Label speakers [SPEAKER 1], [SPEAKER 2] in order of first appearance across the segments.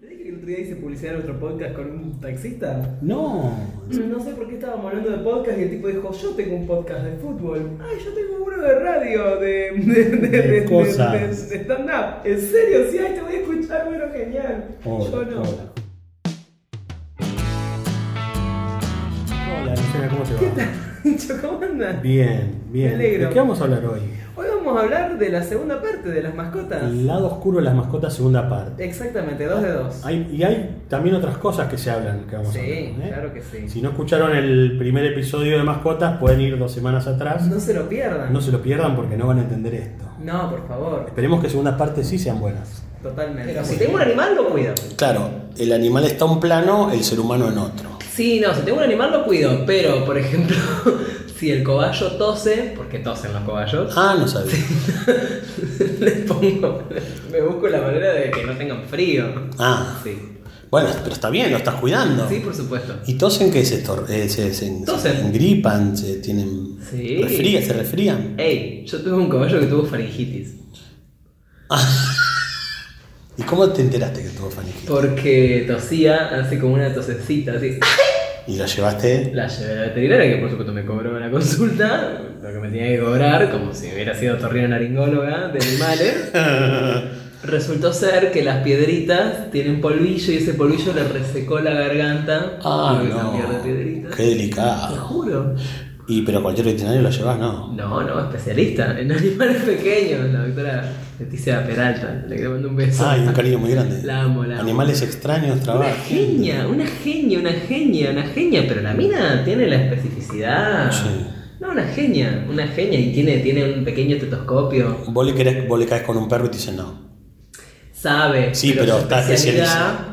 [SPEAKER 1] otro día hice publicidad en otro podcast con un taxista?
[SPEAKER 2] No.
[SPEAKER 1] No sé por qué estábamos hablando de podcast y el tipo dijo, yo tengo un podcast de fútbol. Ay, yo tengo uno de radio, de, de, de,
[SPEAKER 2] De cosas.
[SPEAKER 1] de- de stand-up. En serio, sí, ahí te voy a escuchar, bueno, genial. yo
[SPEAKER 2] Hola,
[SPEAKER 1] no.
[SPEAKER 2] hola. Hola, Lucena, ¿cómo te va?
[SPEAKER 1] Yo, ¿Cómo andas?
[SPEAKER 2] Bien, bien.
[SPEAKER 1] Me alegro.
[SPEAKER 2] ¿De qué vamos a hablar hoy?
[SPEAKER 1] Hoy vamos a hablar de la segunda parte de las mascotas.
[SPEAKER 2] El lado oscuro de las mascotas, segunda parte.
[SPEAKER 1] Exactamente, dos de dos.
[SPEAKER 2] Hay, y hay también otras cosas que se hablan que vamos a hablar.
[SPEAKER 1] Sí,
[SPEAKER 2] ¿eh?
[SPEAKER 1] claro que sí.
[SPEAKER 2] Si no escucharon el primer episodio de mascotas, pueden ir dos semanas atrás.
[SPEAKER 1] No se lo pierdan.
[SPEAKER 2] No se lo pierdan porque no van a entender esto.
[SPEAKER 1] No, por favor,
[SPEAKER 2] Esperemos que segundas partes sí sean buenas.
[SPEAKER 1] totalmente.
[SPEAKER 3] Pero
[SPEAKER 1] si
[SPEAKER 3] bueno.
[SPEAKER 1] tengo un animal, lo cuido.
[SPEAKER 3] Claro, el animal está en un plano, el ser humano en otro.
[SPEAKER 1] Sí, no, si tengo un animal, lo cuido. Pero, por ejemplo, si el cobayo tose, porque tosen los cobayos,
[SPEAKER 3] Ah, no sabía.
[SPEAKER 1] le pongo. Me busco la manera de que no tengan frío.
[SPEAKER 3] Ah,
[SPEAKER 1] Sí.
[SPEAKER 3] bueno, pero está bien, lo estás cuidando.
[SPEAKER 1] Sí, por supuesto.
[SPEAKER 3] ¿Y tosen qué es esto? Eh, se, se-
[SPEAKER 1] Tosen.
[SPEAKER 3] se engripan, se tienen.
[SPEAKER 1] Sí.
[SPEAKER 3] Refría, se resfrían.
[SPEAKER 1] Ey, yo tuve un caballo que tuvo faringitis.
[SPEAKER 3] ¿Y cómo te enteraste que tuvo faringitis?
[SPEAKER 1] Porque tosía, así como una tosecita, así.
[SPEAKER 3] ¿Y lo llevaste?
[SPEAKER 1] La llevé a la veterinaria, que por supuesto me cobró una consulta, lo que me tenía que cobrar, como si hubiera sido naringóloga de animales. Resultó ser que las piedritas tienen polvillo y ese polvillo le resecó la garganta.
[SPEAKER 3] Ah,
[SPEAKER 1] Tuve que cambiar de
[SPEAKER 3] no.
[SPEAKER 1] piedritas.
[SPEAKER 3] Qué
[SPEAKER 1] Te
[SPEAKER 3] delicado.
[SPEAKER 1] juro.
[SPEAKER 3] Y pero cualquier veterinario lo llevas, no.
[SPEAKER 1] No, no, especialista en animales pequeños, la doctora Leticia Peralta. Le quiero mandar un beso.
[SPEAKER 3] Ay, un cariño muy grande.
[SPEAKER 1] La amo, la amo.
[SPEAKER 3] Animales extraños
[SPEAKER 1] Una
[SPEAKER 3] trabajan.
[SPEAKER 1] genia, una genia, una genia, una genia, pero la mina tiene la especificidad.
[SPEAKER 3] Sí.
[SPEAKER 1] No, una genia, una genia y tiene, tiene un pequeño estetoscopio.
[SPEAKER 3] Vos le, querés, vos le caes con un perro y te dicen no.
[SPEAKER 1] Sabe.
[SPEAKER 3] Sí, pero
[SPEAKER 1] su
[SPEAKER 3] está
[SPEAKER 1] especialidad-
[SPEAKER 3] especializado.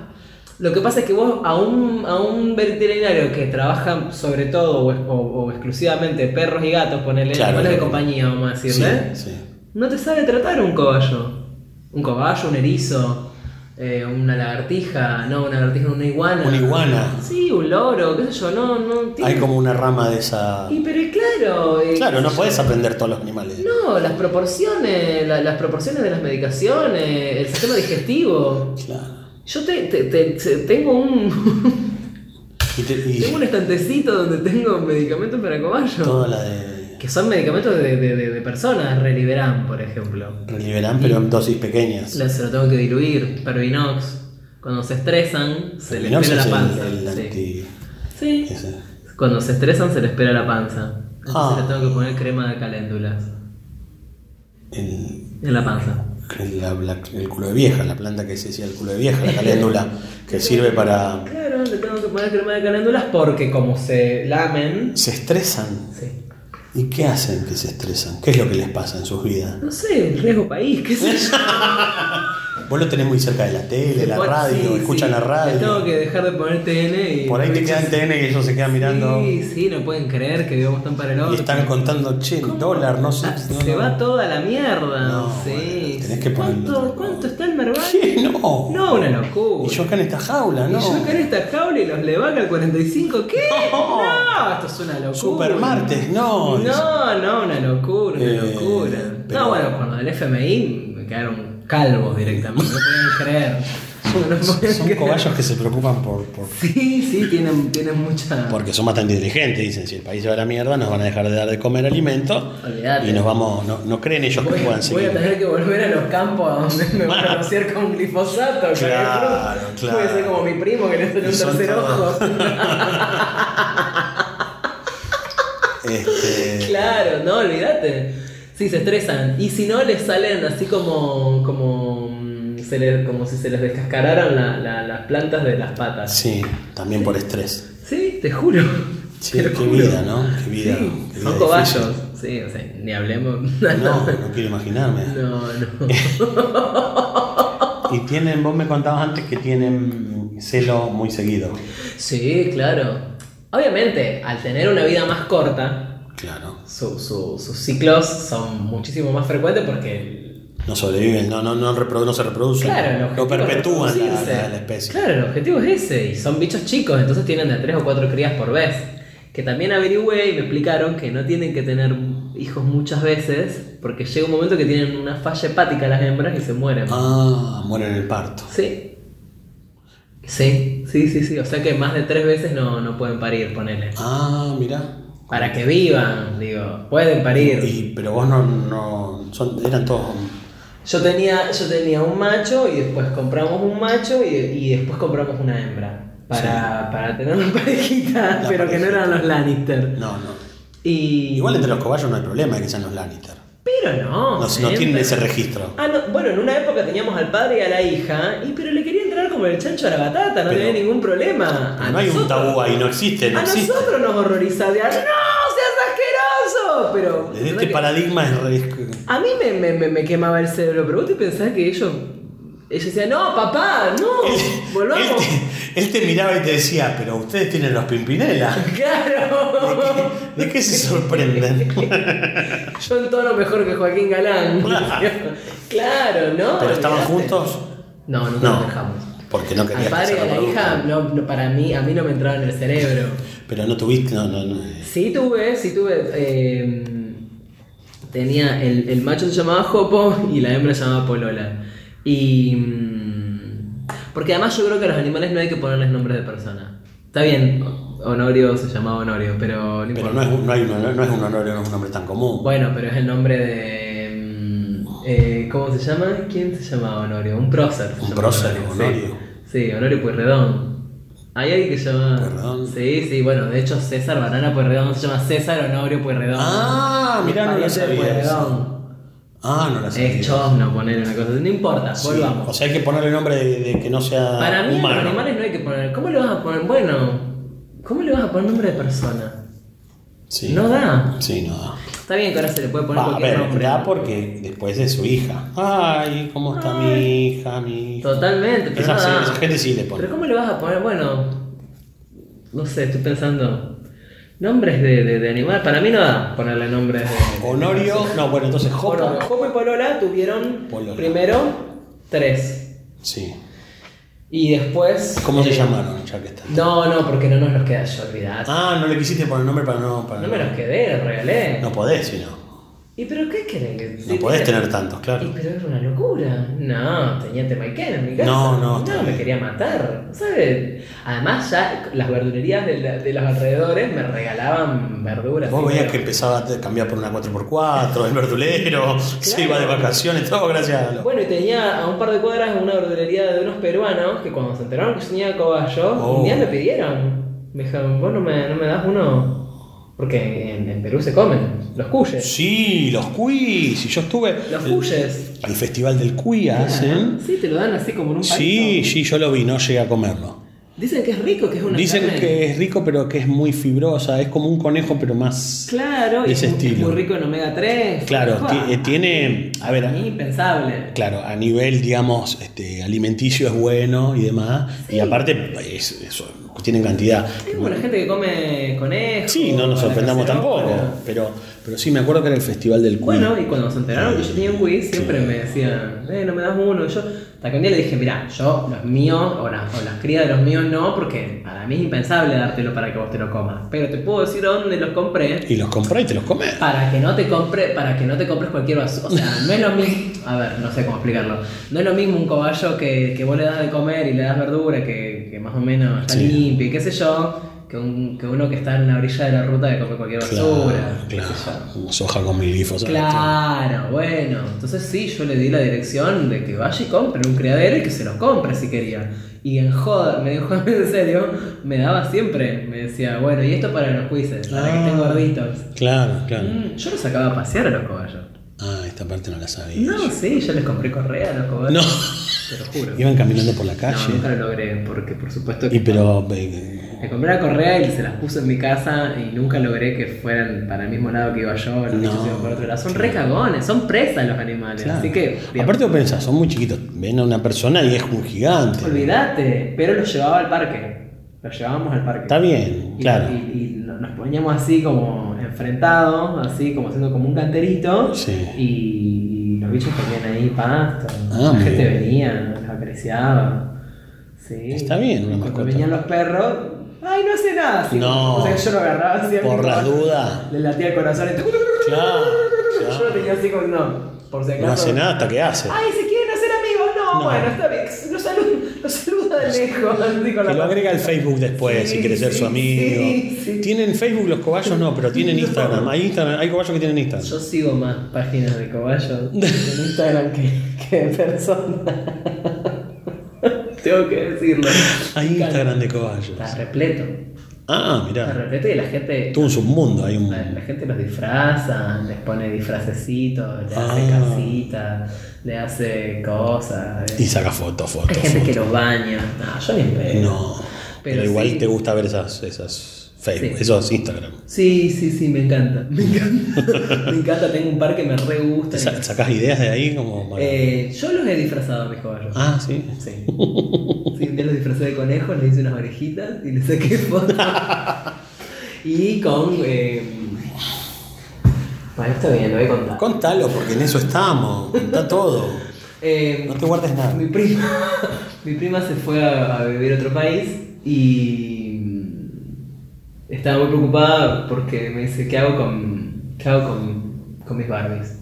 [SPEAKER 1] Lo que pasa es que vos a un, a un veterinario que trabaja sobre todo o, o- o exclusivamente perros y gatos, ponele
[SPEAKER 3] Claro.
[SPEAKER 1] animales de compañía, vamos a
[SPEAKER 3] Sí,
[SPEAKER 1] decirle,
[SPEAKER 3] sí.
[SPEAKER 1] no te sabe tratar un cobayo. Un cobayo, un erizo, eh, una lagartija, no, una lagartija, una iguana.
[SPEAKER 3] Una iguana.
[SPEAKER 1] Sí, un loro, qué sé yo, no, no tiene-
[SPEAKER 3] Hay como una rama de esa.
[SPEAKER 1] Y pero y claro, eh,
[SPEAKER 3] Claro,
[SPEAKER 1] qué
[SPEAKER 3] no
[SPEAKER 1] sé
[SPEAKER 3] podés
[SPEAKER 1] yo.
[SPEAKER 3] aprender todos los animales.
[SPEAKER 1] No, las proporciones, la- las proporciones de las medicaciones, el sistema digestivo.
[SPEAKER 3] Claro.
[SPEAKER 1] Yo te, te- te- te- tengo un
[SPEAKER 3] Y, te- y
[SPEAKER 1] tengo un estantecito donde tengo medicamentos para cobayo.
[SPEAKER 3] toda la de.
[SPEAKER 1] Que son medicamentos de, de, de- de personas, Reliberan, por ejemplo.
[SPEAKER 3] Reliberán, pero en dosis pequeñas.
[SPEAKER 1] Mm. La- Se lo tengo que diluir, Pervinox. Cuando se estresan, se les
[SPEAKER 3] Relinox
[SPEAKER 1] pela
[SPEAKER 3] es
[SPEAKER 1] la
[SPEAKER 3] el-
[SPEAKER 1] panza.
[SPEAKER 3] el
[SPEAKER 1] Sí.
[SPEAKER 3] anti-
[SPEAKER 1] sí.
[SPEAKER 3] ese.
[SPEAKER 1] Cuando se estresan se les pela la panza. Entonces
[SPEAKER 3] Ah.
[SPEAKER 1] le tengo que poner crema de caléndulas
[SPEAKER 3] El,
[SPEAKER 1] en la panza.
[SPEAKER 3] el- la- la- el culo de vieja, la planta que se decía el culo de vieja, la caléndula, que sirve para.
[SPEAKER 1] Claro, le tengo que poner crema de caléndulas porque como se lamen...
[SPEAKER 3] Se estresan.
[SPEAKER 1] Sí.
[SPEAKER 3] ¿Y qué hacen que se estresan? ¿Qué es lo que les pasa en sus vidas?
[SPEAKER 1] No sé, riesgo país, qué sé yo.
[SPEAKER 3] Vos lo tenés muy cerca de la tele, la
[SPEAKER 1] Bueno,
[SPEAKER 3] radio,
[SPEAKER 1] sí,
[SPEAKER 3] escuchan
[SPEAKER 1] sí.
[SPEAKER 3] la
[SPEAKER 1] Les tengo
[SPEAKER 3] radio.
[SPEAKER 1] que dejar de poner TN y...
[SPEAKER 3] Por ahí te quedan TN y ellos se quedan mirando.
[SPEAKER 1] Sí, sí, no pueden creer que vivamos tan para el
[SPEAKER 3] Y
[SPEAKER 1] orto.
[SPEAKER 3] están contando, che, el dólar, no sé.
[SPEAKER 1] Ah,
[SPEAKER 3] no,
[SPEAKER 1] se
[SPEAKER 3] no.
[SPEAKER 1] va toda la mierda.
[SPEAKER 3] No,
[SPEAKER 1] sí.
[SPEAKER 3] bueno, tenés que ponerlo.
[SPEAKER 1] ¿Cuánto, ¿Cuánto está el merval?
[SPEAKER 3] ¿Qué? No.
[SPEAKER 1] No, una locura.
[SPEAKER 3] Y yo acá en esta jaula, Ah, ¿no?
[SPEAKER 1] Y yo acá en esta jaula y los Levaca al 45, ¿qué?
[SPEAKER 3] No.
[SPEAKER 1] No. esto es una locura.
[SPEAKER 3] Supermartes, no.
[SPEAKER 1] No, no, una locura, una
[SPEAKER 3] Eh,
[SPEAKER 1] locura.
[SPEAKER 3] pero-
[SPEAKER 1] No, bueno, con lo del FMI me quedaron calvos directamente, no podían creer. No lo
[SPEAKER 3] Son,
[SPEAKER 1] podían
[SPEAKER 3] son
[SPEAKER 1] creer.
[SPEAKER 3] cobayos que se preocupan por, por-
[SPEAKER 1] Sí, sí, tienen, tienen mucha.
[SPEAKER 3] porque son bastante inteligentes. Dicen, si el país se va a la mierda, nos van a dejar de dar de comer alimento.
[SPEAKER 1] Olvídate.
[SPEAKER 3] Y nos vamos, no, no creen ellos
[SPEAKER 1] Voy,
[SPEAKER 3] que puedan
[SPEAKER 1] voy
[SPEAKER 3] seguir.
[SPEAKER 1] a tener que volver a los campos a donde me voy a rociar con glifosato. con el
[SPEAKER 3] Claro,
[SPEAKER 1] cruz.
[SPEAKER 3] claro.
[SPEAKER 1] Puede ser como mi primo que le sale
[SPEAKER 3] Y
[SPEAKER 1] un
[SPEAKER 3] son
[SPEAKER 1] tercer
[SPEAKER 3] todos-
[SPEAKER 1] ojo.
[SPEAKER 3] Este,
[SPEAKER 1] Claro, no, olvídate. Sí, se estresan. Y si no, les salen así como. como. mm, se les- como si se les descascararan la- la- las plantas de las patas.
[SPEAKER 3] Sí, también por estrés.
[SPEAKER 1] Sí, te juro.
[SPEAKER 3] Sí,
[SPEAKER 1] Te lo
[SPEAKER 3] qué
[SPEAKER 1] juro.
[SPEAKER 3] vida, ¿no? Qué vida.
[SPEAKER 1] Sí,
[SPEAKER 3] qué vida
[SPEAKER 1] Son
[SPEAKER 3] difícil.
[SPEAKER 1] cobayos. Sí, o sea, ni hablemos.
[SPEAKER 3] No, no quiero imaginarme.
[SPEAKER 1] No, no.
[SPEAKER 3] Y tienen, vos me contabas antes que tienen celo muy seguido.
[SPEAKER 1] Sí, claro. Obviamente, al tener una vida más corta,
[SPEAKER 3] Claro.
[SPEAKER 1] su- su- sus ciclos son muchísimo más frecuentes porque
[SPEAKER 3] No sobreviven, no, no, no, reprodu- no se reproducen.
[SPEAKER 1] Claro, el objetivo
[SPEAKER 3] no
[SPEAKER 1] es
[SPEAKER 3] perpetúan la,
[SPEAKER 1] reproducirse.
[SPEAKER 3] la- la especie.
[SPEAKER 1] Claro, el objetivo es ese. Y son bichos chicos, entonces tienen de a tres o cuatro crías por vez. Que también averigüé y me explicaron que no tienen que tener hijos muchas veces, porque llega un momento que tienen una falla hepática las hembras y se mueren.
[SPEAKER 3] Ah, mueren en el parto.
[SPEAKER 1] Sí. Sí, sí, sí, sí. O sea que más de tres veces no, no pueden parir, ponele.
[SPEAKER 3] Ah, mirá.
[SPEAKER 1] Para que vivan, digo, pueden parir.
[SPEAKER 3] Y, pero vos no. no son, eran todos.
[SPEAKER 1] Yo tenía, yo tenía un macho y después compramos un macho y, y después compramos una hembra. Para, para tener una parejita,
[SPEAKER 3] La
[SPEAKER 1] pero que no
[SPEAKER 3] parejita.
[SPEAKER 1] eran los Lannister.
[SPEAKER 3] No, no.
[SPEAKER 1] Y.
[SPEAKER 3] Igual entre los cobayos no hay problema que sean los Lannister.
[SPEAKER 1] Pero no.
[SPEAKER 3] No, no
[SPEAKER 1] siempre.
[SPEAKER 3] tienen ese registro.
[SPEAKER 1] Ah, no, bueno, en una época teníamos al padre y a la hija, y pero le quería entrar como el chancho a la batata, no
[SPEAKER 3] Pero-
[SPEAKER 1] tenía ningún problema.
[SPEAKER 3] Pero
[SPEAKER 1] A
[SPEAKER 3] no hay un
[SPEAKER 1] nosotros-
[SPEAKER 3] tabú ahí, no existe, no
[SPEAKER 1] a
[SPEAKER 3] existe.
[SPEAKER 1] nosotros nos horrorizaba. de, ¡No! ¡Seas asqueroso! Pero.
[SPEAKER 3] Desde
[SPEAKER 1] ¿verdad
[SPEAKER 3] este
[SPEAKER 1] que-
[SPEAKER 3] paradigma es re-
[SPEAKER 1] A mí me, me- me- me quemaba el cerebro, pero vos te pensás que ellos. Ellos decían, no, papá, no,
[SPEAKER 3] Él
[SPEAKER 1] volvamos.
[SPEAKER 3] te, él te miraba y te decía, pero ustedes tienen los Pimpinela.
[SPEAKER 1] Claro.
[SPEAKER 3] ¿De qué se sorprenden?
[SPEAKER 1] Yo en tono mejor que Joaquín Galán. claro, ¿no?
[SPEAKER 3] ¿Pero estaban
[SPEAKER 1] Olvidate.
[SPEAKER 3] juntos?
[SPEAKER 1] No, nunca
[SPEAKER 3] No.
[SPEAKER 1] nos dejamos.
[SPEAKER 3] Porque no
[SPEAKER 1] Al
[SPEAKER 3] querías que
[SPEAKER 1] padre y
[SPEAKER 3] se
[SPEAKER 1] a la hija,
[SPEAKER 3] reproduzcan.
[SPEAKER 1] no, no, para mí, a mí no me entraba en el cerebro.
[SPEAKER 3] Pero no tuviste, no, no, no.
[SPEAKER 1] Sí tuve, sí tuve. eh, tenía el, el macho se llamaba Jopo y la hembra se llamaba Polola. Y. mm, Porque además yo creo que a los animales no hay que ponerles nombres de persona. Está bien, Honorio se llamaba Honorio, pero no
[SPEAKER 3] Pero
[SPEAKER 1] importa.
[SPEAKER 3] no es, un- no, hay un, honor- no es un honor, no es un nombre tan común.
[SPEAKER 1] Bueno, pero es el nombre de. mm, eh, ¿Cómo se llama? ¿Quién se llamaba Honorio? Un prócer. se
[SPEAKER 3] Un
[SPEAKER 1] llama
[SPEAKER 3] prócer,
[SPEAKER 1] sí.
[SPEAKER 3] Honorio.
[SPEAKER 1] Sí, Honorio Pueyrredón. Hay alguien que se llama.
[SPEAKER 3] Pueyrredón.
[SPEAKER 1] Sí, sí, bueno, de hecho César Banana Pueyrredón se llama César Honorio Pueyrredón.
[SPEAKER 3] Ah, mirá, no lo
[SPEAKER 1] Pariente de
[SPEAKER 3] sabía. eso.
[SPEAKER 1] Pueyrredón.
[SPEAKER 3] Ah, no lo sabía.
[SPEAKER 1] Es chosno poner una cosa. No importa,
[SPEAKER 3] Sí,
[SPEAKER 1] volvamos.
[SPEAKER 3] O sea, hay que ponerle nombre de, de que no sea
[SPEAKER 1] Para mí, a los
[SPEAKER 3] humano.
[SPEAKER 1] animales no hay que poner. ¿Cómo le vas a poner? Bueno, ¿cómo le vas a poner nombre de persona?
[SPEAKER 3] Sí.
[SPEAKER 1] No da.
[SPEAKER 3] Sí, no da.
[SPEAKER 1] Está bien que ahora se le puede poner
[SPEAKER 3] Va, a
[SPEAKER 1] cualquier
[SPEAKER 3] ver,
[SPEAKER 1] nombre.
[SPEAKER 3] da porque después es su hija. Ay, ¿cómo está mi hija? Mi hija?
[SPEAKER 1] Totalmente, pero
[SPEAKER 3] Esa,
[SPEAKER 1] no da.
[SPEAKER 3] esa gente sí le
[SPEAKER 1] Pero
[SPEAKER 3] pone.
[SPEAKER 1] ¿cómo le vas a poner? Bueno, no sé, estoy pensando. Nombres de, de, de animal, para mí no da ponerle nombres de.
[SPEAKER 3] Honorio, no, bueno, entonces
[SPEAKER 1] Jopo,
[SPEAKER 3] Jopo.
[SPEAKER 1] Jopo y Polola tuvieron
[SPEAKER 3] Polola.
[SPEAKER 1] primero tres.
[SPEAKER 3] Sí.
[SPEAKER 1] Y después.
[SPEAKER 3] ¿Cómo se
[SPEAKER 1] eh,
[SPEAKER 3] llamaron? Ya que está.
[SPEAKER 1] No, no, porque no nos los queda yo, olvidás.
[SPEAKER 3] Ah, no le quisiste poner nombre para no. Para
[SPEAKER 1] No me los quedé, los regalé.
[SPEAKER 3] No podés, si no.
[SPEAKER 1] ¿Y pero qué querés? que-
[SPEAKER 3] No
[SPEAKER 1] si-
[SPEAKER 3] podés tener tantos,
[SPEAKER 1] Y,
[SPEAKER 3] claro.
[SPEAKER 1] pero era una locura. No, tenía Temaiken en mi casa.
[SPEAKER 3] No, no, está
[SPEAKER 1] No, me
[SPEAKER 3] bien.
[SPEAKER 1] quería matar. ¿Sabes? Además, ya las verdulerías de, la- de los alrededores me regalaban verduras.
[SPEAKER 3] Vos
[SPEAKER 1] y
[SPEAKER 3] veías
[SPEAKER 1] bueno.
[SPEAKER 3] que empezaba a cambiar por una 4x4, el verdulero, se iba de vacaciones, todo gracias a lo.
[SPEAKER 1] Bueno, y tenía a un par de cuadras una verdulería de unos peruanos que cuando se enteraron que yo tenía cobayo,
[SPEAKER 3] Oh.
[SPEAKER 1] un día me pidieron. Me dijeron, ¿vos no me, no me das uno? Porque en, en Perú se comen los cuyes.
[SPEAKER 3] Sí, los cuis, y yo estuve.
[SPEAKER 1] Los cuyes.
[SPEAKER 3] Al festival del cuy hacen.
[SPEAKER 1] Sí, te lo dan así como en un
[SPEAKER 3] ¿Ah, Sí,
[SPEAKER 1] palito.
[SPEAKER 3] sí, yo lo vi, no llegué a comerlo.
[SPEAKER 1] Dicen que es rico, que es una
[SPEAKER 3] Dicen
[SPEAKER 1] carne-
[SPEAKER 3] que es rico, pero que es muy fibrosa, es como un conejo, pero más.
[SPEAKER 1] Claro,
[SPEAKER 3] de
[SPEAKER 1] y
[SPEAKER 3] ese
[SPEAKER 1] es muy-
[SPEAKER 3] estilo.
[SPEAKER 1] muy rico en omega 3.
[SPEAKER 3] Claro,
[SPEAKER 1] Uah,
[SPEAKER 3] ti- eh, tiene. A ver,
[SPEAKER 1] impensable.
[SPEAKER 3] Claro, a nivel, digamos, este, alimenticio es bueno y demás. Y aparte, es, es- tienen cantidad.
[SPEAKER 1] Es como la gente que come conejo.
[SPEAKER 3] Sí, no nos
[SPEAKER 1] o la
[SPEAKER 3] sorprendamos
[SPEAKER 1] cacerola.
[SPEAKER 3] tampoco. Pero, pero sí, me acuerdo que era el Festival del Cuy.
[SPEAKER 1] Bueno, y cuando se enteraron que yo tenía un Wii, siempre me decían, eh, no me das uno. Yo, hasta que un día le dije, mirá, yo, los míos, o las, o las crías de los míos no, porque para mí es impensable dártelo para que vos te lo comas. Pero te puedo decir dónde los compré
[SPEAKER 3] Y los compré y te los comés.
[SPEAKER 1] para que no te compre, para que no te compres cualquier basura. O sea, no es lo mismo. A ver, no sé cómo explicarlo. No es lo mismo un cobayo que, que vos le das de comer y le das verdura, que, que más o menos está
[SPEAKER 3] Sí.
[SPEAKER 1] limpio y qué sé yo, que, un- que uno que está en la orilla de la ruta que come cualquier
[SPEAKER 3] Claro,
[SPEAKER 1] basura. qué sé
[SPEAKER 3] claro.
[SPEAKER 1] yo.
[SPEAKER 3] Como soja con mil glifos. ¿sabes?
[SPEAKER 1] Claro, bueno. Entonces sí, yo le di la dirección de que vaya y compre en un criadero y que se los compre si quería. Y en joda, me dijo en serio, me daba siempre. Me decía, bueno, y esto para los juices, para que
[SPEAKER 3] Ah.
[SPEAKER 1] estén gorditos.
[SPEAKER 3] Claro, claro.
[SPEAKER 1] Mm, yo los sacaba a pasear a los cobayos.
[SPEAKER 3] Ah, esta parte no la sabía.
[SPEAKER 1] No, sí, yo les compré correa a los
[SPEAKER 3] No.
[SPEAKER 1] cobayos. Te lo juro.
[SPEAKER 3] Iban caminando por la
[SPEAKER 1] No,
[SPEAKER 3] calle.
[SPEAKER 1] nunca lo logré, porque por supuesto
[SPEAKER 3] y
[SPEAKER 1] que.
[SPEAKER 3] pero. eh,
[SPEAKER 1] Me compré la correa y se las puse en mi casa y nunca logré que fueran para el mismo lado que iba yo, los
[SPEAKER 3] No.
[SPEAKER 1] bichos iban por otro lado. Son re cagones, son presas los animales.
[SPEAKER 3] claro.
[SPEAKER 1] Así que. digamos,
[SPEAKER 3] Aparte, vos pensás, son muy chiquitos. Ven a una persona y es un gigante.
[SPEAKER 1] Pues Olvídate, pero los llevaba al parque. Los llevábamos al parque.
[SPEAKER 3] Está bien,
[SPEAKER 1] Y-
[SPEAKER 3] claro.
[SPEAKER 1] Y, y no- nos poníamos así como enfrentados, así como haciendo como un canterito.
[SPEAKER 3] Sí.
[SPEAKER 1] Y los bichos comían ahí pasto.
[SPEAKER 3] Ah,
[SPEAKER 1] la
[SPEAKER 3] muy
[SPEAKER 1] gente
[SPEAKER 3] bien.
[SPEAKER 1] venía, nos apreciaba. Sí.
[SPEAKER 3] Está bien, una
[SPEAKER 1] Y cuando
[SPEAKER 3] mascota.
[SPEAKER 1] venían los perros, ¡ay, no hace nada! así
[SPEAKER 3] No.
[SPEAKER 1] como- O sea, yo lo agarraba así. a mi
[SPEAKER 3] Por las
[SPEAKER 1] corazón,
[SPEAKER 3] dudas.
[SPEAKER 1] Le latía el corazón. y-
[SPEAKER 3] Claro,
[SPEAKER 1] Yo lo
[SPEAKER 3] claro.
[SPEAKER 1] tenía así como, no, por si acaso.
[SPEAKER 3] No hace nada hasta que hace.
[SPEAKER 1] Ay, se quieren hacer amigos. No,
[SPEAKER 3] No.
[SPEAKER 1] bueno, está bien. Los saludo. Lo saluda de lejos. así con
[SPEAKER 3] Que
[SPEAKER 1] la
[SPEAKER 3] lo
[SPEAKER 1] mano.
[SPEAKER 3] agrega al Facebook después,
[SPEAKER 1] Sí,
[SPEAKER 3] si quiere ser
[SPEAKER 1] sí,
[SPEAKER 3] su amigo.
[SPEAKER 1] sí, sí.
[SPEAKER 3] Tienen Facebook los cobayos, no, pero tienen
[SPEAKER 1] No.
[SPEAKER 3] Instagram. Hay Instagram, hay cobayos que tienen Instagram.
[SPEAKER 1] Yo sigo más páginas de cobayos en Instagram que, que de personas. Tengo que decirlo.
[SPEAKER 3] Hay Instagram de cobayos.
[SPEAKER 1] Está repleto.
[SPEAKER 3] Ah,
[SPEAKER 1] Está
[SPEAKER 3] mirá.
[SPEAKER 1] repleto y la gente.
[SPEAKER 3] Todo un submundo, hay un.
[SPEAKER 1] La, la gente los disfraza, les pone disfracecitos, le hace
[SPEAKER 3] Ah.
[SPEAKER 1] casita, le hace cosas.
[SPEAKER 3] Y saca fotos,
[SPEAKER 1] Hay
[SPEAKER 3] fotos,
[SPEAKER 1] gente
[SPEAKER 3] fotos.
[SPEAKER 1] que los baña. No, yo ni en pedo.
[SPEAKER 3] No. Pero igual
[SPEAKER 1] sí.
[SPEAKER 3] te gusta ver esas, esas Facebook,
[SPEAKER 1] Sí.
[SPEAKER 3] esos Instagram.
[SPEAKER 1] Sí, sí, sí, me encanta. Me encanta. me encanta, tengo un par que me re gusta.
[SPEAKER 3] Sa- ¿Sacás ideas de ahí como para-
[SPEAKER 1] Eh, yo los he disfrazado a mis caballos.
[SPEAKER 3] Ah, sí.
[SPEAKER 1] Sí. Sí, un día los disfrazé de conejos, le hice unas orejitas y le saqué fotos. y con. Eh... Bueno, está bien, lo voy a contar.
[SPEAKER 3] Contalo, porque en eso estamos. Contá todo.
[SPEAKER 1] Eh,
[SPEAKER 3] No te guardes nada.
[SPEAKER 1] Mi prima, mi prima se fue a, a vivir a otro país y mm, estaba muy preocupada porque me dice, ¿qué hago con, qué hago con, con mis Barbies?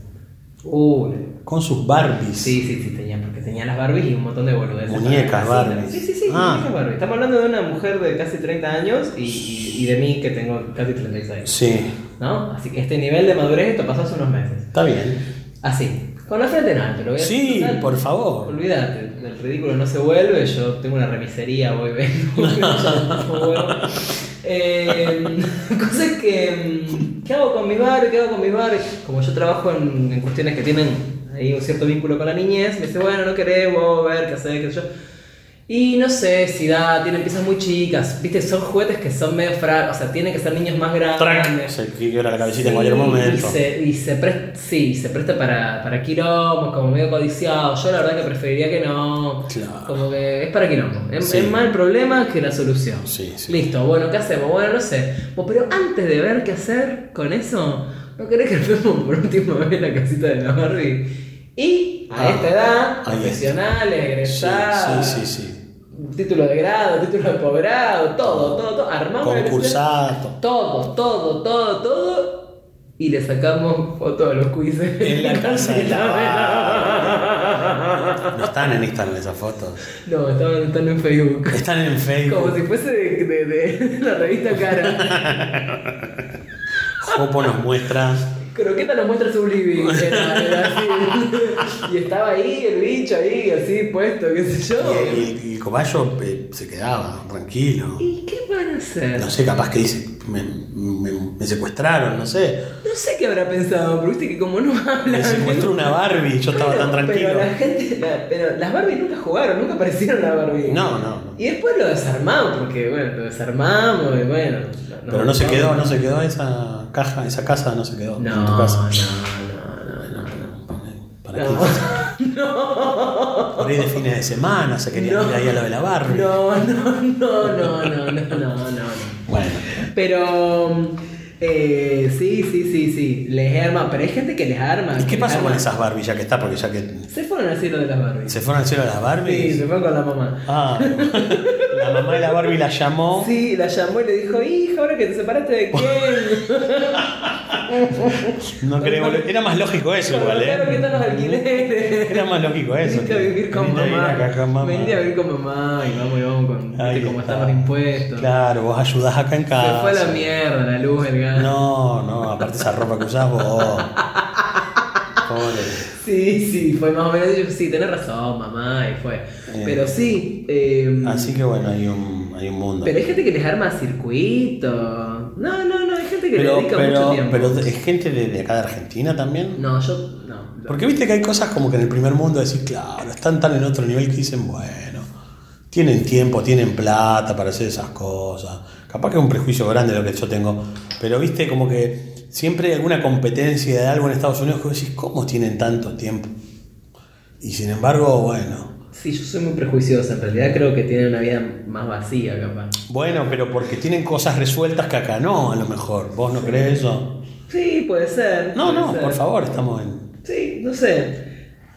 [SPEAKER 1] Uh, le digo,
[SPEAKER 3] Con sus Barbies.
[SPEAKER 1] sí, sí, sí, tenía, porque tenía las Barbies y un montón de boludeces.
[SPEAKER 3] Muñecas
[SPEAKER 1] Para la
[SPEAKER 3] Barbies.
[SPEAKER 1] Sí, sí, sí,
[SPEAKER 3] Ah.
[SPEAKER 1] muñecas Barbies. Estamos hablando de una mujer de casi 30 años y, y- y de mí que tengo casi 36.
[SPEAKER 3] Sí.
[SPEAKER 1] ¿No? Así que este nivel de madurez esto pasó hace unos meses.
[SPEAKER 3] Está bien.
[SPEAKER 1] Así, con la frente en alto, lo voy a
[SPEAKER 3] Sí,
[SPEAKER 1] total,
[SPEAKER 3] por favor.
[SPEAKER 1] Olvídate, del ridículo no se vuelve, yo tengo una remisería, voy vengo. como huevo. Eh, cosas que. mm, ¿Qué hago con mi bar? ¿Qué hago con mi bar? Como yo trabajo en, en cuestiones que tienen ahí un cierto vínculo con la niñez, me dice, bueno, no queremos ver qué hacer, qué sé yo. Y no sé si da, tienen piezas muy chicas, viste, son juguetes que son medio fra... o sea, tienen que ser niños más grandes.
[SPEAKER 3] Track. Se quiebra la cabecita en
[SPEAKER 1] Sí,
[SPEAKER 3] cualquier momento.
[SPEAKER 1] Y se, y se presta, sí, se presta para, para quilombo, como medio codiciado. Yo la verdad que preferiría que no.
[SPEAKER 3] Claro.
[SPEAKER 1] Como que es para quilombo. Es,
[SPEAKER 3] Sí.
[SPEAKER 1] es más el problema que la solución.
[SPEAKER 3] Sí, sí.
[SPEAKER 1] Listo, bueno, ¿qué hacemos? Bueno, no sé. Bueno, pero antes de ver qué hacer con eso, ¿no querés que vemos por última vez la casita de la Barbie? Y a
[SPEAKER 3] Ah,
[SPEAKER 1] esta edad,
[SPEAKER 3] ahí está.
[SPEAKER 1] profesionales,
[SPEAKER 3] Sí,
[SPEAKER 1] egresadas,
[SPEAKER 3] sí, sí, sí.
[SPEAKER 1] título de grado, título de posgrado, todo, todo, todo, armamos la casita
[SPEAKER 3] Concursato.
[SPEAKER 1] todo, todo, todo, todo. Y le sacamos fotos a los quizzes.
[SPEAKER 3] En la casa de la
[SPEAKER 1] vela.
[SPEAKER 3] No están en Instagram esas fotos.
[SPEAKER 1] No, estaban, están en Facebook.
[SPEAKER 3] Están en
[SPEAKER 1] Como
[SPEAKER 3] Facebook.
[SPEAKER 1] si fuese de, de- de la revista Cara.
[SPEAKER 3] Jopo nos muestra.
[SPEAKER 1] Croqueta nos muestra su living. Era, era así. Y estaba ahí el bicho, ahí, así puesto, qué sé yo.
[SPEAKER 3] Y, y- y el cobayo eh, se quedaba tranquilo.
[SPEAKER 1] ¿Y qué van a hacer?
[SPEAKER 3] No sé, capaz que dice, me, me- me secuestraron, no sé.
[SPEAKER 1] No sé qué habrá pensado, pero viste que como no habla.
[SPEAKER 3] Me secuestró una Barbie y yo estaba tan tranquilo.
[SPEAKER 1] Pero la gente, la- pero las Barbie nunca jugaron, nunca aparecieron las Barbie.
[SPEAKER 3] No, no, no.
[SPEAKER 1] Y después lo desarmamos, porque bueno, lo desarmamos y bueno.
[SPEAKER 3] Pero no se quedó, no se quedó esa caja, esa casa no se quedó.
[SPEAKER 1] No,
[SPEAKER 3] en
[SPEAKER 1] no,
[SPEAKER 3] tu
[SPEAKER 1] no,
[SPEAKER 3] casa.
[SPEAKER 1] no, no.
[SPEAKER 3] ¿Para qué? Por ahí de fines de semana se quería
[SPEAKER 1] No.
[SPEAKER 3] ir ahí a lo de la Barbie.
[SPEAKER 1] No, no, no, no, no, no, no, no, no.
[SPEAKER 3] Bueno,
[SPEAKER 1] Pero eh, sí, sí, sí, sí. Les arma, pero hay gente que les arma.
[SPEAKER 3] ¿y qué
[SPEAKER 1] que
[SPEAKER 3] pasó
[SPEAKER 1] les
[SPEAKER 3] con
[SPEAKER 1] arma.
[SPEAKER 3] esas Barbie ya que está? Porque ya que
[SPEAKER 1] Se fueron al cielo de las Barbies.
[SPEAKER 3] se fueron al cielo las
[SPEAKER 1] Sí,
[SPEAKER 3] Barbies.
[SPEAKER 1] se fueron con la mamá.
[SPEAKER 3] Ah, la mamá de la Barbie la llamó.
[SPEAKER 1] Sí, la llamó y le dijo, hija, ahora que te separaste de quién.
[SPEAKER 3] No creo, era más lógico eso igual,
[SPEAKER 1] Claro que están los
[SPEAKER 3] ¿eh?
[SPEAKER 1] alquileres.
[SPEAKER 3] Era más lógico eso.
[SPEAKER 1] Venite a vivir con
[SPEAKER 3] Venite a vivir
[SPEAKER 1] mamá.
[SPEAKER 3] acá con mamá.
[SPEAKER 1] Venite a vivir con mamá y vamos y vamos con viste
[SPEAKER 3] Ahí
[SPEAKER 1] cómo
[SPEAKER 3] está.
[SPEAKER 1] están los impuestos.
[SPEAKER 3] Claro, vos ayudás acá en casa.
[SPEAKER 1] Se fue a la mierda la luz, el gas.
[SPEAKER 3] No, no, aparte esa ropa que usás vos. Pobre.
[SPEAKER 1] Sí, sí, fue más o menos. yo, Sí, tenés razón, mamá, y fue.
[SPEAKER 3] Bien.
[SPEAKER 1] Pero sí. eh,
[SPEAKER 3] Así que bueno, hay un, hay un mundo.
[SPEAKER 1] Pero hay gente que les arma circuito. No, no, no, hay gente que
[SPEAKER 3] pero,
[SPEAKER 1] le dedica
[SPEAKER 3] pero-
[SPEAKER 1] mucho tiempo.
[SPEAKER 3] pero es gente de, de acá de Argentina también.
[SPEAKER 1] No, yo. No.
[SPEAKER 3] Porque viste que hay cosas como que en el primer mundo decís, claro, están tan en otro nivel que dicen, bueno, tienen tiempo, tienen plata para hacer esas cosas. Capaz que es un prejuicio grande lo que yo tengo. Pero viste como que siempre hay alguna competencia de algo en Estados Unidos que vos decís, ¿cómo tienen tanto tiempo? Y sin embargo, bueno.
[SPEAKER 1] Sí, yo soy muy prejuiciosa. En realidad creo que tienen una vida más vacía, capaz.
[SPEAKER 3] Bueno, pero porque tienen cosas resueltas que acá no, a lo mejor. ¿Vos no crees eso?
[SPEAKER 1] Sí, puede ser.
[SPEAKER 3] No,
[SPEAKER 1] puede
[SPEAKER 3] no,
[SPEAKER 1] ser.
[SPEAKER 3] por favor, estamos en.
[SPEAKER 1] Sí, no sé.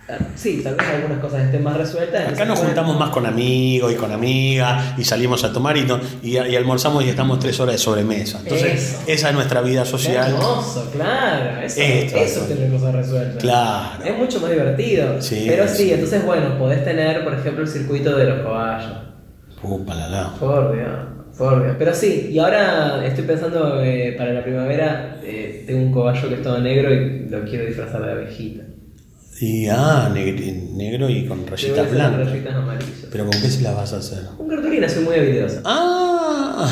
[SPEAKER 1] Claro, Sí, tal vez algunas cosas estén más resueltas.
[SPEAKER 3] Acá
[SPEAKER 1] entonces,
[SPEAKER 3] nos
[SPEAKER 1] bueno,
[SPEAKER 3] juntamos más con amigos y con amigas y salimos a tomar y, no- y, y almorzamos y estamos tres horas de sobremesa. Entonces,
[SPEAKER 1] Eso.
[SPEAKER 3] esa es nuestra vida
[SPEAKER 1] qué
[SPEAKER 3] social.
[SPEAKER 1] Hermoso, claro. Eso,
[SPEAKER 3] Esto,
[SPEAKER 1] eso
[SPEAKER 3] eso.
[SPEAKER 1] es tener cosas resueltas.
[SPEAKER 3] Claro.
[SPEAKER 1] Es mucho más divertido.
[SPEAKER 3] Sí,
[SPEAKER 1] Pero sí,
[SPEAKER 3] sí.
[SPEAKER 1] entonces, bueno, podés tener, por ejemplo, el circuito de los caballos.
[SPEAKER 3] Upa, la, la.
[SPEAKER 1] Por Dios, por Dios. Pero sí, y ahora estoy pensando eh, para la primavera, eh, tengo un cobayo que es todo negro y lo quiero disfrazar de abejita.
[SPEAKER 3] Y ah, negr- negro y
[SPEAKER 1] Le
[SPEAKER 3] con
[SPEAKER 1] voy a
[SPEAKER 3] rayitas
[SPEAKER 1] hacer
[SPEAKER 3] blancas.
[SPEAKER 1] Rayitas amarillas.
[SPEAKER 3] Pero ¿con qué se las vas a hacer?
[SPEAKER 1] Con cartulina soy muy habilidosa.
[SPEAKER 3] Ah.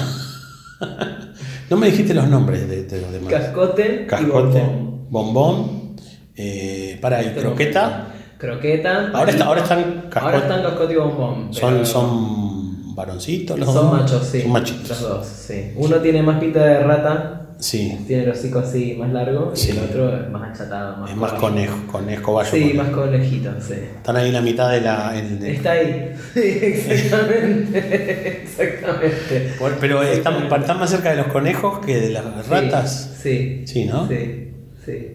[SPEAKER 3] no me dijiste los nombres de, de los demás.
[SPEAKER 1] Cascote, y
[SPEAKER 3] Cascote,
[SPEAKER 1] bombón.
[SPEAKER 3] bombón, eh, para y croqueta.
[SPEAKER 1] Croqueta.
[SPEAKER 3] Ahora está- ahora están
[SPEAKER 1] Ahora
[SPEAKER 3] cascote.
[SPEAKER 1] están cascote y bombón. pero-
[SPEAKER 3] Son, son varoncitos los
[SPEAKER 1] son
[SPEAKER 3] dos?
[SPEAKER 1] machos, sí.
[SPEAKER 3] Son machitos.
[SPEAKER 1] Los dos, sí. Uno tiene más pinta de rata,
[SPEAKER 3] Sí,
[SPEAKER 1] tiene el hocico así más largo,
[SPEAKER 3] Sí.
[SPEAKER 1] y el otro es más achatado, más
[SPEAKER 3] es más
[SPEAKER 1] conejo.
[SPEAKER 3] conejo, conejo bayo.
[SPEAKER 1] Sí,
[SPEAKER 3] conejo.
[SPEAKER 1] más conejito, sí.
[SPEAKER 3] Están ahí en la mitad de la. en- de-
[SPEAKER 1] Está ahí. Sí, exactamente. exactamente.
[SPEAKER 3] Por- pero están, están más cerca de los conejos que de las ratas.
[SPEAKER 1] Sí.
[SPEAKER 3] Sí, ¿no?
[SPEAKER 1] Sí, sí.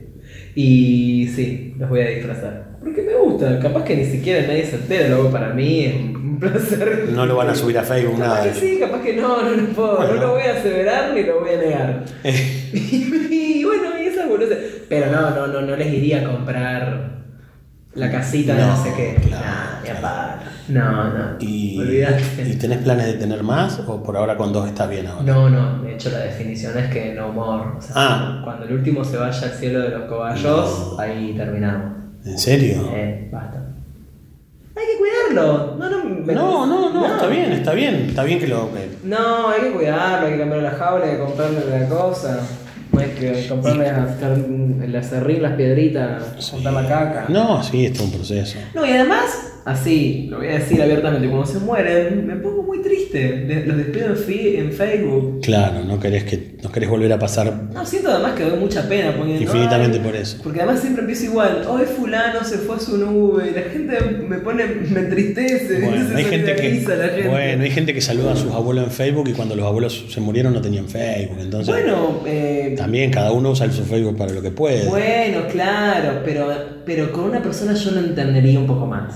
[SPEAKER 1] Y sí, los voy a disfrazar. Porque me gusta. Capaz que ni siquiera nadie se entera. Luego para mí es un placer.
[SPEAKER 3] No lo van a subir a Facebook,
[SPEAKER 1] Capaz
[SPEAKER 3] nada.
[SPEAKER 1] que sí, capaz que no, no lo puedo.
[SPEAKER 3] Bueno.
[SPEAKER 1] No lo voy a aseverar ni lo voy a negar.
[SPEAKER 3] Eh,
[SPEAKER 1] Y, bueno, y esas boludeces. Pero no, no, no, no les iría a comprar la casita de
[SPEAKER 3] No,
[SPEAKER 1] no sé qué.
[SPEAKER 3] claro,
[SPEAKER 1] Nah, ni a
[SPEAKER 3] claro.
[SPEAKER 1] palo. No, no.
[SPEAKER 3] y,
[SPEAKER 1] Olvidate.
[SPEAKER 3] ¿Y tenés planes de tener más? ¿O por ahora con dos está bien ahora?
[SPEAKER 1] No, no, de hecho la definición es que no more. O sea,
[SPEAKER 3] Ah.
[SPEAKER 1] cuando el último se vaya al cielo de los cobayos,
[SPEAKER 3] No.
[SPEAKER 1] ahí terminamos.
[SPEAKER 3] ¿En serio?
[SPEAKER 1] Eh, basta. Hay que cuidarlo. No, no, me-
[SPEAKER 3] No, no, no, está bien, está bien, está bien que lo. eh, que-
[SPEAKER 1] No, hay que cuidarlo, hay que cambiar la jaula, hay que comprarle la cosa. No hay que comprarle las cer- el acerrín, las piedritas, juntar la caca.
[SPEAKER 3] No, sí, esto es un proceso.
[SPEAKER 1] No, y además, así, lo voy a decir abiertamente, cuando se mueren, me pongo muy triste. De- Los despido en, fi- en Facebook.
[SPEAKER 3] Claro, no querés que no querés volver a pasar
[SPEAKER 1] No, siento además que doy mucha pena poniendo.
[SPEAKER 3] infinitamente
[SPEAKER 1] "Ay,
[SPEAKER 3] por eso.
[SPEAKER 1] Porque además siempre empiezo igual, hoy fulano se fue a su nube, y la gente me pone, me entristece, se
[SPEAKER 3] Bueno, hay gente que
[SPEAKER 1] solidariza la gente.
[SPEAKER 3] bueno, hay gente que saluda a sus abuelos en Facebook y cuando los abuelos se murieron no tenían Facebook, entonces
[SPEAKER 1] Bueno, eh,
[SPEAKER 3] también cada uno usa su Facebook para lo que puede.
[SPEAKER 1] bueno, claro, pero, pero con una persona yo lo entendería un poco más.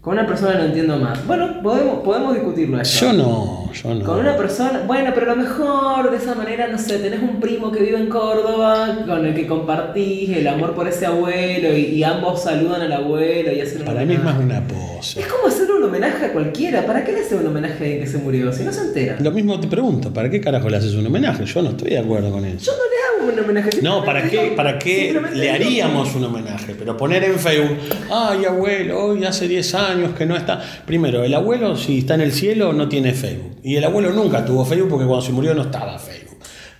[SPEAKER 1] Con una persona lo entiendo más. Bueno, podemos, podemos discutirlo esto.
[SPEAKER 3] yo no, yo no.
[SPEAKER 1] Con una persona, bueno, pero a lo mejor de esa manera, no sé, tenés un primo que vive en Córdoba con el que compartís el amor por ese abuelo y, y ambos saludan al abuelo y hacen un
[SPEAKER 3] Para mí es más
[SPEAKER 1] homenaje.
[SPEAKER 3] una pose.
[SPEAKER 1] Es como hacer un homenaje a cualquiera. ¿Para qué le hace un homenaje a alguien que se murió? Si no se entera.
[SPEAKER 3] Lo mismo te pregunto, ¿para qué carajo le haces un homenaje? Yo no estoy de acuerdo con eso.
[SPEAKER 1] Yo no le hago un homenaje.
[SPEAKER 3] No,
[SPEAKER 1] simplemente
[SPEAKER 3] ¿para qué,
[SPEAKER 1] digo-
[SPEAKER 3] para qué
[SPEAKER 1] simplemente
[SPEAKER 3] le
[SPEAKER 1] digo- mm.
[SPEAKER 3] haríamos un homenaje? Pero poner en Facebook, ay abuelo, hoy hace 10 años que no está. Primero, el abuelo si está en el cielo no tiene Facebook. Y el abuelo nunca tuvo Facebook porque cuando se murió no estaba Facebook.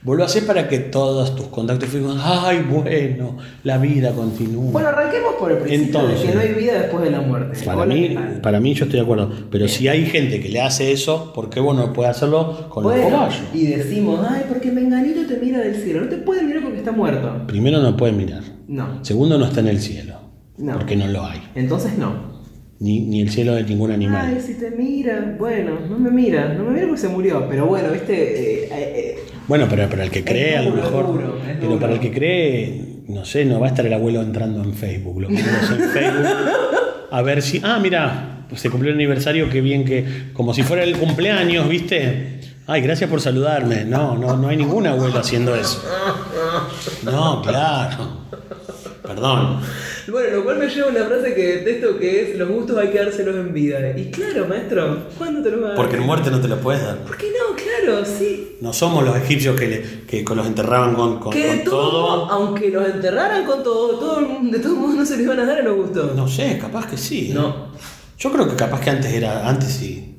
[SPEAKER 3] Vos lo haces para que todos tus contactos Facebook, ay bueno, la vida continúa.
[SPEAKER 1] Bueno, arranquemos por el principio de
[SPEAKER 3] Entonces.
[SPEAKER 1] que no hay vida después de la muerte.
[SPEAKER 3] para
[SPEAKER 1] Hola, ¿qué
[SPEAKER 3] mí,
[SPEAKER 1] tal?
[SPEAKER 3] para mí yo estoy de acuerdo. Pero si hay gente que le hace eso, ¿por qué vos no podés hacerlo con el
[SPEAKER 1] Bueno,
[SPEAKER 3] cobayo?
[SPEAKER 1] y decimos, ay, porque Menganito te mira del cielo. No te puede mirar porque está muerto.
[SPEAKER 3] Primero no puede mirar.
[SPEAKER 1] No,
[SPEAKER 3] Segundo no está en el cielo.
[SPEAKER 1] No.
[SPEAKER 3] Porque no lo hay.
[SPEAKER 1] entonces no.
[SPEAKER 3] Ni, ni el cielo de ningún animal.
[SPEAKER 1] Ay, si te mira, bueno, no me mira, no me mira porque se murió. Pero bueno, viste, eh, eh, eh,
[SPEAKER 3] Bueno, pero para el que cree, a lo
[SPEAKER 1] duro, es
[SPEAKER 3] mejor.
[SPEAKER 1] duro, es
[SPEAKER 3] pero
[SPEAKER 1] duro.
[SPEAKER 3] para el que cree, no sé, no va a estar el abuelo entrando en Facebook. Los abuelos en Facebook. A ver si. Ah, mira, se cumplió el aniversario, qué bien que. Como si fuera el cumpleaños, ¿viste? Ay, gracias por saludarme. No, no, no hay ningún abuelo haciendo eso. No, claro. Perdón.
[SPEAKER 1] Bueno, lo cual me lleva a una frase que detesto que es los gustos hay que dárselos en vida. Y claro, maestro, ¿cuándo te los vas a dar?
[SPEAKER 3] Porque en muerte no te lo puedes dar.
[SPEAKER 1] ¿Por qué no? Claro, sí.
[SPEAKER 3] No somos los egipcios que, le- que con los enterraban con, con-
[SPEAKER 1] que
[SPEAKER 3] con todo.
[SPEAKER 1] aunque los enterraran con todo, todo el mundo, de todos modos no se les iban a dar a los gustos.
[SPEAKER 3] No sé, capaz que sí. ¿eh?
[SPEAKER 1] No.
[SPEAKER 3] Yo creo que capaz que antes era. Antes sí.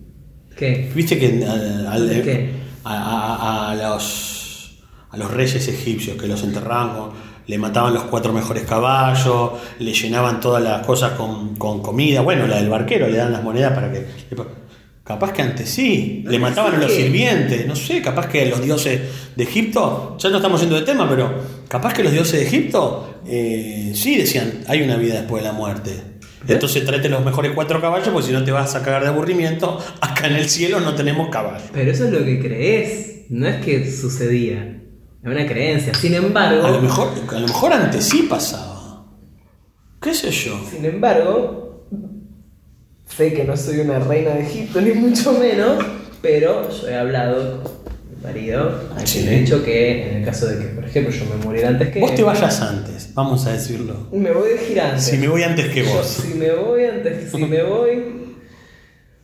[SPEAKER 1] ¿Qué?
[SPEAKER 3] Viste que eh, al- al-
[SPEAKER 1] ¿Qué?
[SPEAKER 3] a, a- a- a los, a los reyes egipcios que los enterraban, con- le mataban los cuatro mejores caballos, le llenaban todas las cosas con, con comida, bueno, la del barquero, le dan las monedas para que... Capaz que antes sí, le mataban a los
[SPEAKER 1] Sí.
[SPEAKER 3] sirvientes, no sé, capaz que los dioses de Egipto, ya no estamos yendo de tema, pero capaz que los dioses de Egipto eh, sí decían, hay una vida después de la muerte. Entonces tráete los mejores cuatro caballos, porque si no te vas a cagar de aburrimiento. Acá en el cielo no tenemos caballos.
[SPEAKER 1] Pero eso es lo que crees, no es que sucedía. Es una creencia. Sin embargo,
[SPEAKER 3] A lo mejor, a lo mejor antes sí pasaba. ¿Qué sé yo?
[SPEAKER 1] Sin embargo, sé que no soy una reina de Egipto, ni mucho menos, pero yo he hablado con mi marido, a quien
[SPEAKER 3] Ah, Sí.
[SPEAKER 1] le he dicho que en el caso de que, por ejemplo, yo me muriera antes que.
[SPEAKER 3] Vos te
[SPEAKER 1] él,
[SPEAKER 3] vayas antes, vamos a decirlo.
[SPEAKER 1] Me voy de girante.
[SPEAKER 3] Si me voy antes que
[SPEAKER 1] Yo,
[SPEAKER 3] vos.
[SPEAKER 1] si me voy antes, si me voy.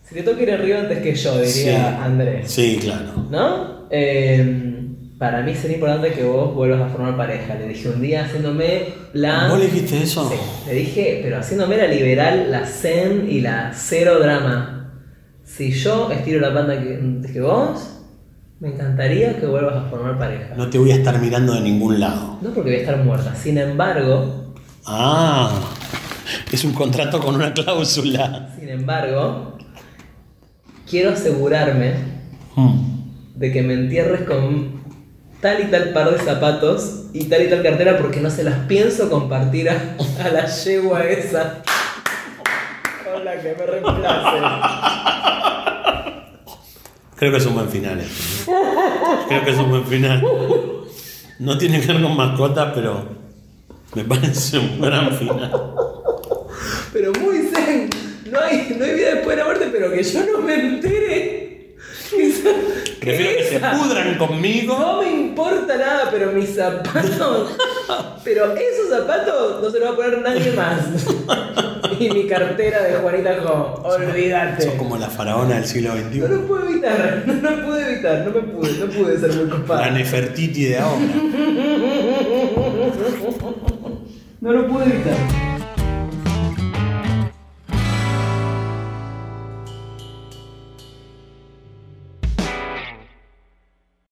[SPEAKER 1] Si te toca ir arriba antes que yo, diría
[SPEAKER 3] Sí.
[SPEAKER 1] Andrés.
[SPEAKER 3] Sí, claro.
[SPEAKER 1] ¿No? Eh, para mí sería importante que vos vuelvas a formar pareja. Le dije un día haciéndome la.
[SPEAKER 3] ¿Vos le dijiste eso?
[SPEAKER 1] Sí, le dije, pero haciéndome la liberal, la zen y la cero drama. Si yo estiro la banda que, que vos, me encantaría que vuelvas a formar pareja. No,
[SPEAKER 3] No te voy a estar mirando de ningún lado.
[SPEAKER 1] porque voy a estar muerta. Sin embargo,
[SPEAKER 3] Ah, es un contrato con una cláusula.
[SPEAKER 1] sin embargo, quiero asegurarme
[SPEAKER 3] Hmm.
[SPEAKER 1] de que me entierres con tal y tal par de zapatos y tal y tal cartera porque no se las pienso compartir a, a la yegua esa con la que me reemplace.
[SPEAKER 3] Creo que es un buen final. este, ¿no? Creo que es un buen final. No tiene que ver con mascotas, pero me parece un gran final.
[SPEAKER 1] Pero muy zen. No hay, no hay vida después de la muerte, pero que yo no me entere. Quizá-
[SPEAKER 3] Prefiero que se
[SPEAKER 1] esa-
[SPEAKER 3] pudran conmigo.
[SPEAKER 1] No me importa nada, pero mis zapatos. Pero esos zapatos no se los va a poner nadie más. Y mi cartera de Juanita Jo. Olvídate.
[SPEAKER 3] Son como la faraona del siglo
[SPEAKER 1] No
[SPEAKER 3] XXI.
[SPEAKER 1] lo pude evitar, no lo pude evitar, no me pude, no pude ser muy
[SPEAKER 3] La
[SPEAKER 1] copado.
[SPEAKER 3] Nefertiti de ahora.
[SPEAKER 1] No lo pude evitar.